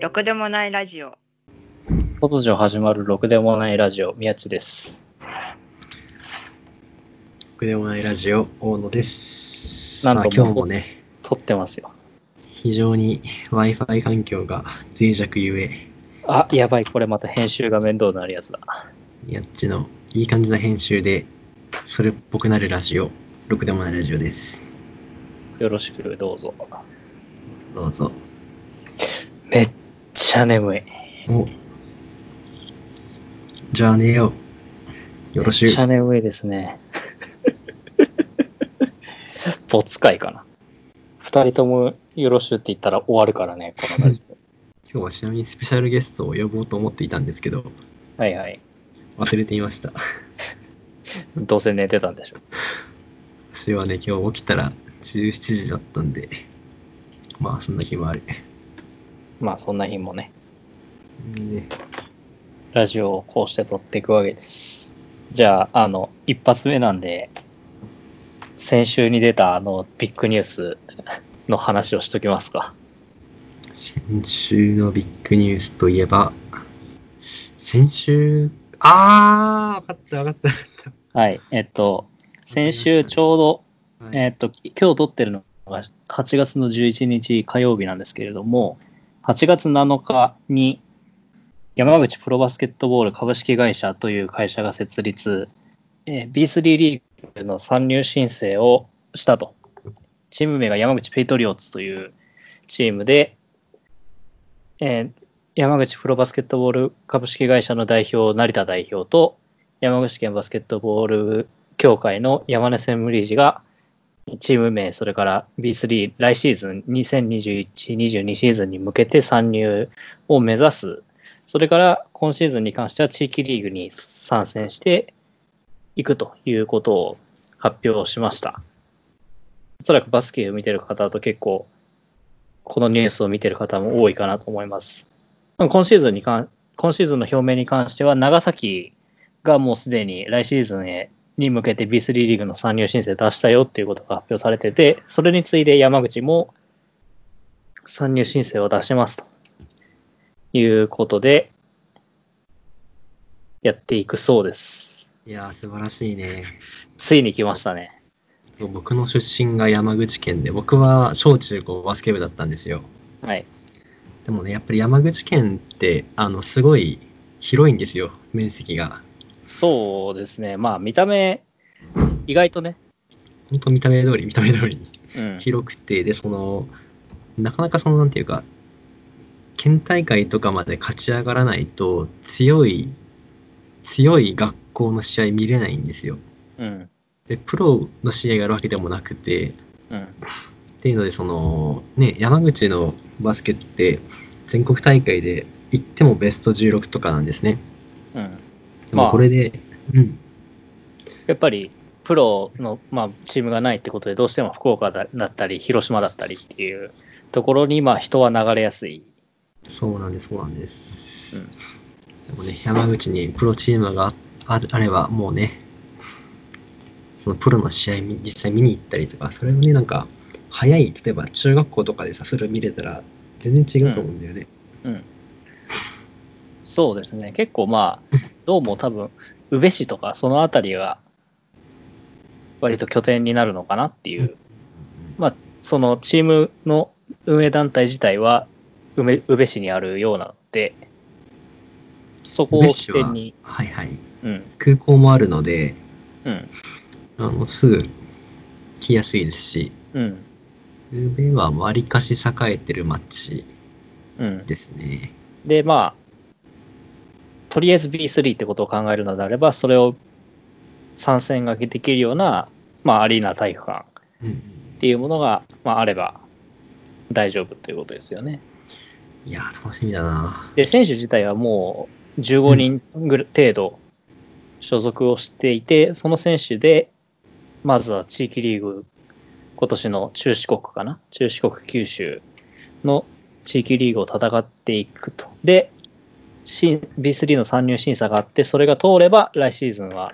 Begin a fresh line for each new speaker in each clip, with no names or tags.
ろくでもないラジオ。
突如始まるろくでもないラジオ、宮地です。
くでもないラジオ大野です。
なんと
まあ今日もね、
撮ってますよ。
非常に Wi-Fi 環境が脆弱ゆえ、
あ、やばい、これまた編集が面倒になるやつだ。
やっちのいい感じな編集で、それっぽくなるラジオ、ろくでもないラジオです。
よろしくどうぞ。
どうぞ。
めっちゃ眠い。
おじゃあ寝よう。よろし
めっ
ゅ
ちゃ
う。
眠いですね。 没回かな。二人ともよろしゅうって言ったら終わるからね、このラジオ。
今日はちなみにスペシャルゲストを呼ぼうと思っていたんですけど、
はいはい。
忘れていました。
どうせ寝てたんでしょ。
私はね、今日起きたら17時だったんで、まあそんな日もある。
まあそんな日もね、
ね
ラジオをこうして撮っていくわけです。じゃあ、あの、一発目なんで、先週に出たあのビッグニュースの話をしときますか。
先週のビッグニュースといえば、先週、あー、分かった分かっ
はい、えっと、先週ちょうど、
た。
えっと、今日撮ってるのが8月の11日火曜日なんですけれども、8月7日に山口プロバスケットボール株式会社という会社が設立、えー B3 リーグの参入申請をしたと。チーム名が山口ペイトリオッツというチームで、えー山口プロバスケットボール株式会社の代表、成田代表と山口県バスケットボール協会の山根専務理事がチーム名、それから B3、来シーズン、2021-22シーズンに向けて参入を目指す。それから今シーズンに関しては地域リーグに参戦していくということを発表しました。おそらくバスケを見てる方だと結構このニュースを見てる方も多いかなと思います。今シーズンに関今シーズンの表明に関しては長崎がもうすでに来シーズンへに向けて B3 リーグの参入申請出したよっていうことが発表されてて、それに次いで山口も参入申請を出しますということで、やっていくそうです。
いやー、素晴らしいね。
ついに来ましたね。
僕の出身が山口県で、僕は小中高バスケ部だったんですよ。
はい。
でもね、やっぱり山口県って、あの、すごい広いんですよ、面積が。
そうですね。まあ見た目、意外とね。
ほんと見た目通り、見た目通りに。
うん。
広くてでそのなかなかそのなんていうか県大会とかまで勝ち上がらないと強い強い学校の試合見れないんですよ
うん。
でプロの試合があるわけでもなくてっ
うん。
ていうのでそのね山口のバスケって全国大会で行ってもベスト16とかなんですね
うん。
で
ま
も
あ
これで、うん
やっぱりプロの、まあ、チームがないってことでどうしても福岡だだったり広島だったりっていうところにまあ人は流れやすい、
そうなんです、そうなんです。
うん
でもね、山口にプロチームがああるあれば、もうね、そのプロの試合み実際見に行ったりとか、それをね、なんか、早い、例えば中学校とかでさ、それを見れたら、全然違うと思うんだよね。
うん、そうですね結構まあどうも多分宇部市とかその辺りが割と拠点になるのかなっていうまあそのチームの運営団体自体は宇部宇部市にあるようなのでそこを
メッシ
起
は
点に、、
はいはい、
うん
空港もあるので、
うん
あのすぐ来やすいですし、
うん
宇部はわりかし栄えてる街
うん、
ですね。
で、まあ、とりあえず B3 ってことを考えるのであれば、それを参戦ができるような、まあ、アリーナ体育館
うん
っていうものが、まあ、あれば大丈夫ということですよね。
いやー、楽しみだな。
で、選手自体はもう15人ぐらい程度所属をしていて、その選手で、まずは地域リーグ、今年の中四国かな、中四国九州の地域リーグを戦っていくと。で、新 B3 の参入審査があって、それが通れば来シーズンは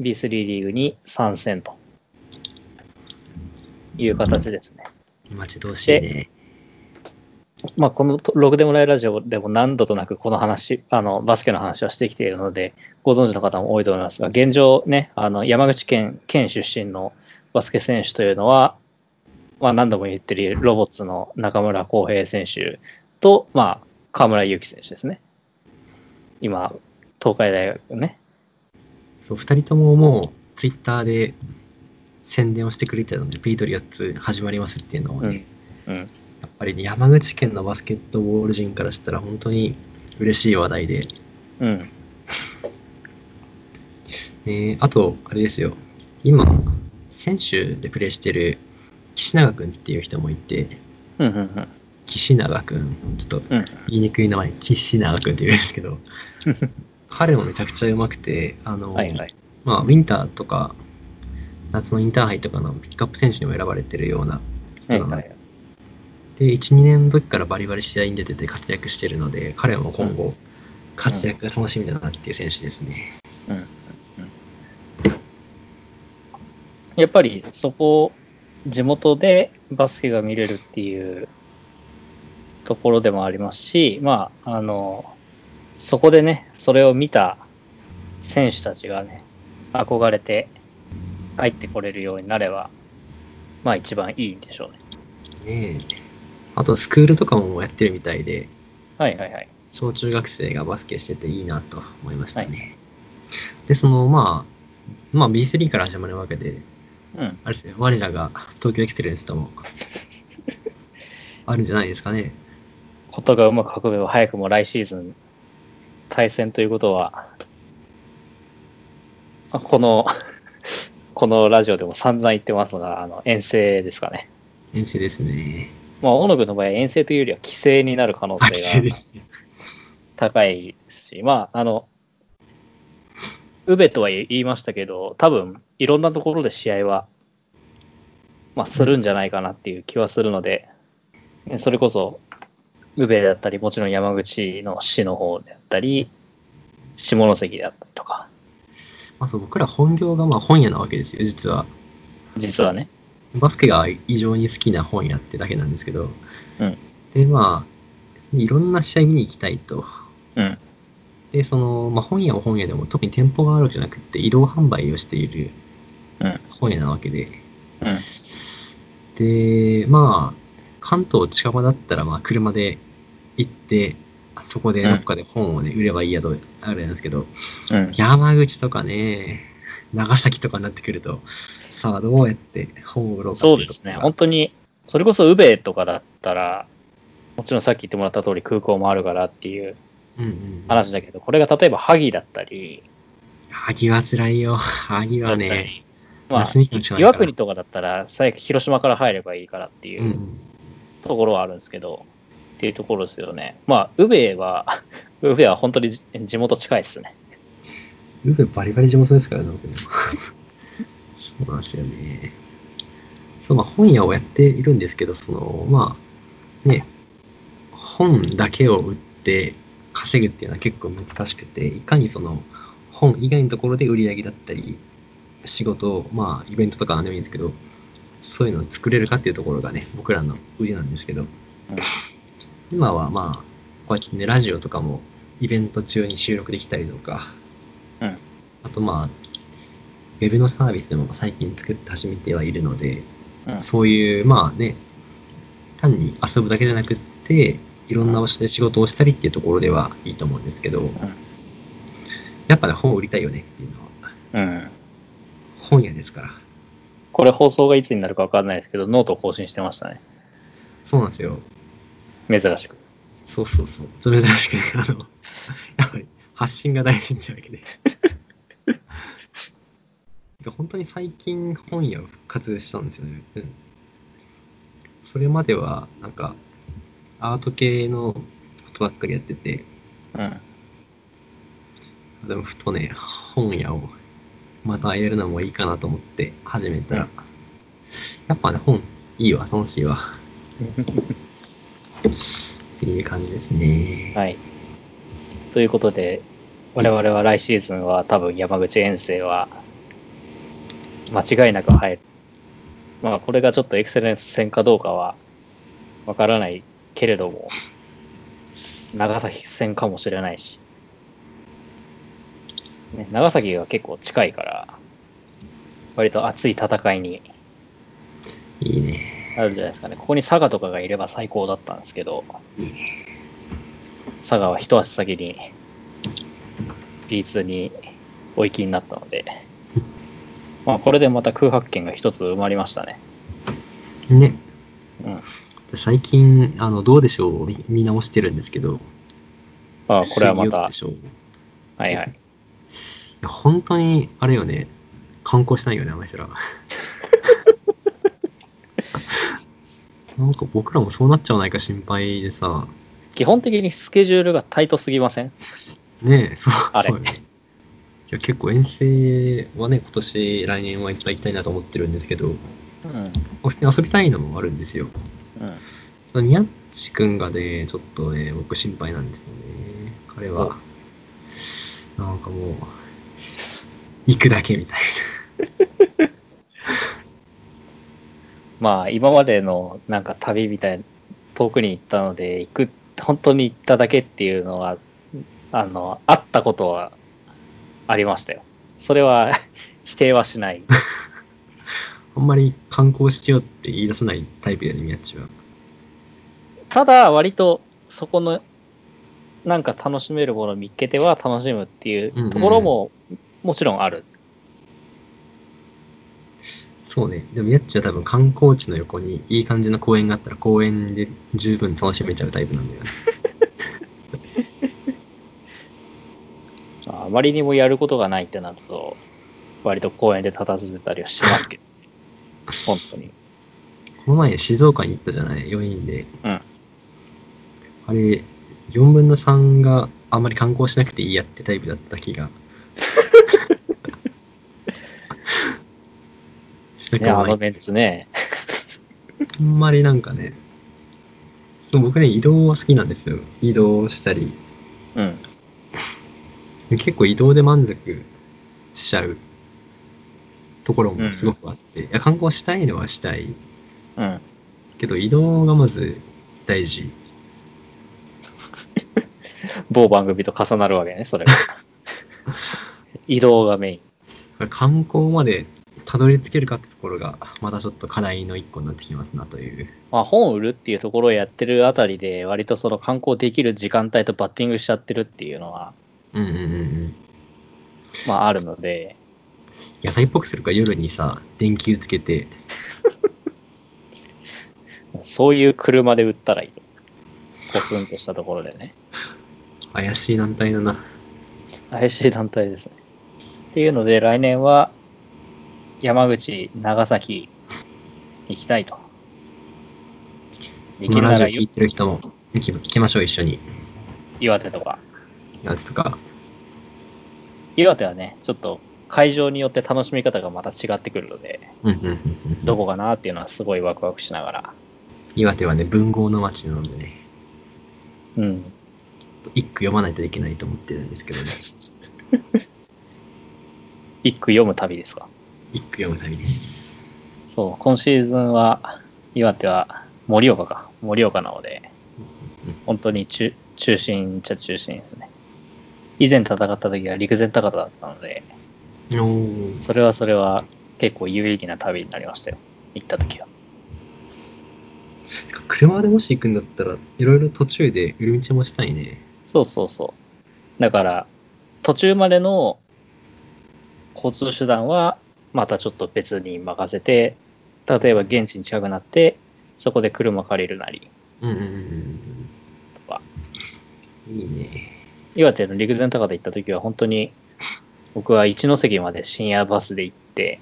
B3 リーグに参戦という形ですね。
待ち遠しいね。
まあ、このと「ログでもないラジオ」でも何度となくこの話あのバスケの話はしてきているのでご存知の方も多いと思いますが現状ねあの山口県県出身のバスケ選手というのは、まあ、何度も言ってるロボッツの中村航平選手と、まあ、河村勇輝選手ですね今東海大学のね
そう2人とももうツイッターで宣伝をしてくれてたので「ビートリアッツ始まります」っていうのをね、
うんうん
やっぱりね山口県のバスケットボール人からしたら本当に嬉しい話題で、
うん
ね、あとあれですよ今選手でプレーしてる岸永君っていう人もいて
うんうんうん
岸永君ちょっと
うん
言いにくい名前岸永君って言うんで すけど彼もめちゃくちゃうまくてあの、
はいはい
まあ、ウィンターとか夏のインターハイとかのピックアップ選手にも選ばれてるような
は
人
い
なので、
はい
で12年の時からバリバリ試合に出てて活躍してるので彼も今後活躍が楽しみだなっていう選手ですね、
やっぱりそこ地元でバスケが見れるっていうところでもありますしまああのそこでねそれを見た選手たちがね憧れて入ってこれるようになればまあ一番いいんでしょうね
ねえあとスクールとかもやってるみたいで
はいはいはい
小中学生がバスケしてていいなと思いましたね、でそのまあまあ B3 から始まるわけで
うん
あれですね我らが東京エクセレンスともあるんじゃないですかね
ことがうまく運べば早くも来シーズン対戦ということはあこの このラジオでも散々言ってますがあの遠征ですかね
遠征ですね
まあ、大野君の場合、遠征というよりは帰省になる可能性
遠征で
が
すね
高いですし、まあ、あの、宇部とは言いましたけど、多分、いろんなところで試合は、まあ、するんじゃないかなっていう気はするので、それこそ、宇部だったり、もちろん山口の市の方であったり、下関であったりとか、
まあ、そう僕ら本業がまあ本屋なわけですよ実は
実はね、
バスケが異常に好きな本屋ってだけなんですけど、
うん
でまあいろんな試合見に行きたいと
うん、
でその、まあ、本屋も本屋でも特に店舗があるわけじゃなくて移動販売をしている
うん
本屋なわけで、
うん
でまあ関東近場だったらまあ車で行ってそこでどっかで本をね、売ればいいやとあれなんですけど
うん、
山口とかね長崎とかになってくるとさあどうやって本を売ろうかってい
そううですね、
ところが
本当に、それこそ宇部とかだったら、もちろんさっき言ってもらった通り空港もあるからっていう
うんうん、
話だけど、これが例えば萩だったり、
萩は辛いよ。萩は
だった
ね、
りまあ
休、みかもしれない
岩
から。
国とかだったら、最悪広島から入ればいいからっていううんところはあるんですけど、っていうところですよね。まあ、宇部は、 宇部は本当にじ地元近いですね。
ウブバリバリ地元ですからね、僕ね そうなんですよね。そう、まあ本屋をやっているんですけど、その、まあ、ね、本だけを売って稼ぐっていうのは結構難しくて、いかにその、本以外のところで売り上げだったり、仕事を、まあ、イベントとか何でもいいんですけど、そういうのを作れるかっていうところがね、僕らの売りなんですけど、今はまあ、こうやってね、ラジオとかもイベント中に収録できたりとか、
うん
あとまあ、ウェブのサービスも最近作って始めてはいるので、
うん
そういう、まあね、単に遊ぶだけじゃなくって、いろんな場所で仕事をしたりっていうところではいいと思うんですけど、やっぱね、本を売りたいよねっていうのは、
うん。
本屋ですから。
これ放送がいつになるかわかんないですけど、ノートを更新してましたね。
そうなんですよ。
珍しく。
そうそうそう。ちょっと珍しくね、あの、 やっぱり発信が大事ってわけ で。本当に最近本屋を復活したんですよね。うん、それまでは、なんか、アート系のことばっかりやってて、
うん。
でもふとね、本屋をまたやるのもいいかなと思って始めたら、
うん
やっぱね、本いいわ、楽しいわ、っていう感じですね。
はい。ということで、我々は来シーズンは多分山口遠征は間違いなく入る。まあこれがちょっとエクセレンス戦かどうかはわからないけれども、長崎戦かもしれないし、ね、長崎が結構近いから、割と熱い戦いに
いいね。
あるんじゃないですかね。ここに佐賀とかがいれば最高だったんですけど、
いい
佐賀は一足先に B2 にお行きになったの で、まあこれでまた空白圏が一つ埋まりましたね。
ね。
うん。
最近、あの、どうでしょう見見直してるんですけど。
まあこれはま
水曜
た
で、しょうい
はいはい。
や本当に、あれよね。観光したいよね、あ の人ら。なんか僕らもそうなっちゃわないか心配でさ。
基本的にスケジュールがタイトすぎません
ねえ、そう。
あれ
そうよねいや結構遠征はね、今年、来年はいっぱい行きたいなと思ってるんですけど、
うん。
普通に遊びたいのもあるんですよ。
うん。
その宮地君がね、ちょっとね、僕心配なんですよね。彼は、なんかもう、行くだけみたい
まあ今までのなんか旅みたいな遠くに行ったので行く本当に行っただけっていうのはあのあったことはありましたよそれは 否定はしない
な。あんまり観光しようって言い出さないタイプだよね、宮地は。
ただ割とそこのなんか楽しめるものを見っけては楽しむっていうところももちろんある、
そうね。でも宮地は多分観光地の横にいい感じの公園があったら公園で十分楽しめちゃうタイプなんだよね。
あまりにもやることがないってなると割と公園で佇んでたりはしますけど 本当に
この前静岡に行ったじゃない ?4 人で。
うん
あれ、4分の3があんまり観光しなくていいやってタイプだった気 が。したく
ね
は
あ
ない
のメンツね
あんまりなんかね、そう僕ね、移動は好きなんですよ。移動したり。
うん
結構移動で満足しちゃうところもすごくあって、いや観光したいのはしたい。
うん
けど移動がまず大事。
某番組と重なるわけね、それが。移動がメイン。
これ観光までたどり着けるかってところがまたちょっと課題の一個になってきますなという
まあ、本を売るっていうところをやってるあたりで、割とその観光できる時間帯とバッティングしちゃってるっていうのは、
うんうんうんうん
まあ、あるので、
野菜っぽくするか夜にさ電球つけて
そういう車で売ったらいいと。ポツンとしたところでね。
怪しい団体だな
怪しい団体ですね。っていうので、来年は、山口、長崎、行きたいと。で
こ
きる
のラ
な
ジオ
ら
聞いてる人も行き行きましょう一緒に
岩手とか。
なんつうか
岩手はね、ちょっと会場によって楽しみ方がまた違ってくるので、
うんうんうんうん
どこかなっていうのはすごいワクワクしながら。
岩手はね文豪の町なのでね
うん。
一句読まないといけないと思ってるんですけどね
一句読む旅ですか。
一句読む旅です
そう、今シーズンは、岩手は盛岡か。盛岡なので
うんうん、
本当に中中心っちゃ中心ですね。以前戦った時は陸前高田だったので、
おー
それはそれは結構有意義な旅になりましたよ。行った時は。
てか車でもし行くんだったらいろいろ途中で寄り道もしたいね
そうそうそう。だから、途中までの交通手段は、またちょっと別に任せて、例えば現地に近くなって、そこで車借りるなり、
うんうんうんうんいいね
岩手の陸前高田行った時は本当に、僕は一ノ関まで深夜バスで行って、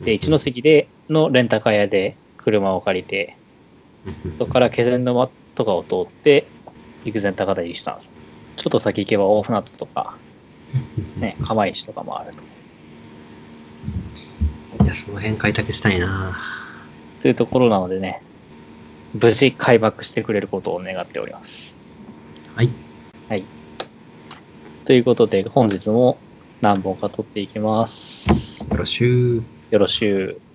で、一ノ関でのレンタカー屋で車を借りて、そこから気仙沼とかを通って、陸前高田にしたんです。ちょっと先行けば大船渡とか、ね、釜石とかもあると。
いや、その辺開拓したいな
というところなのでね、無事開幕してくれることを願っております。
はい。
ということで、本日も何本か撮っていきます。
よろしゅう。
よろしゅう。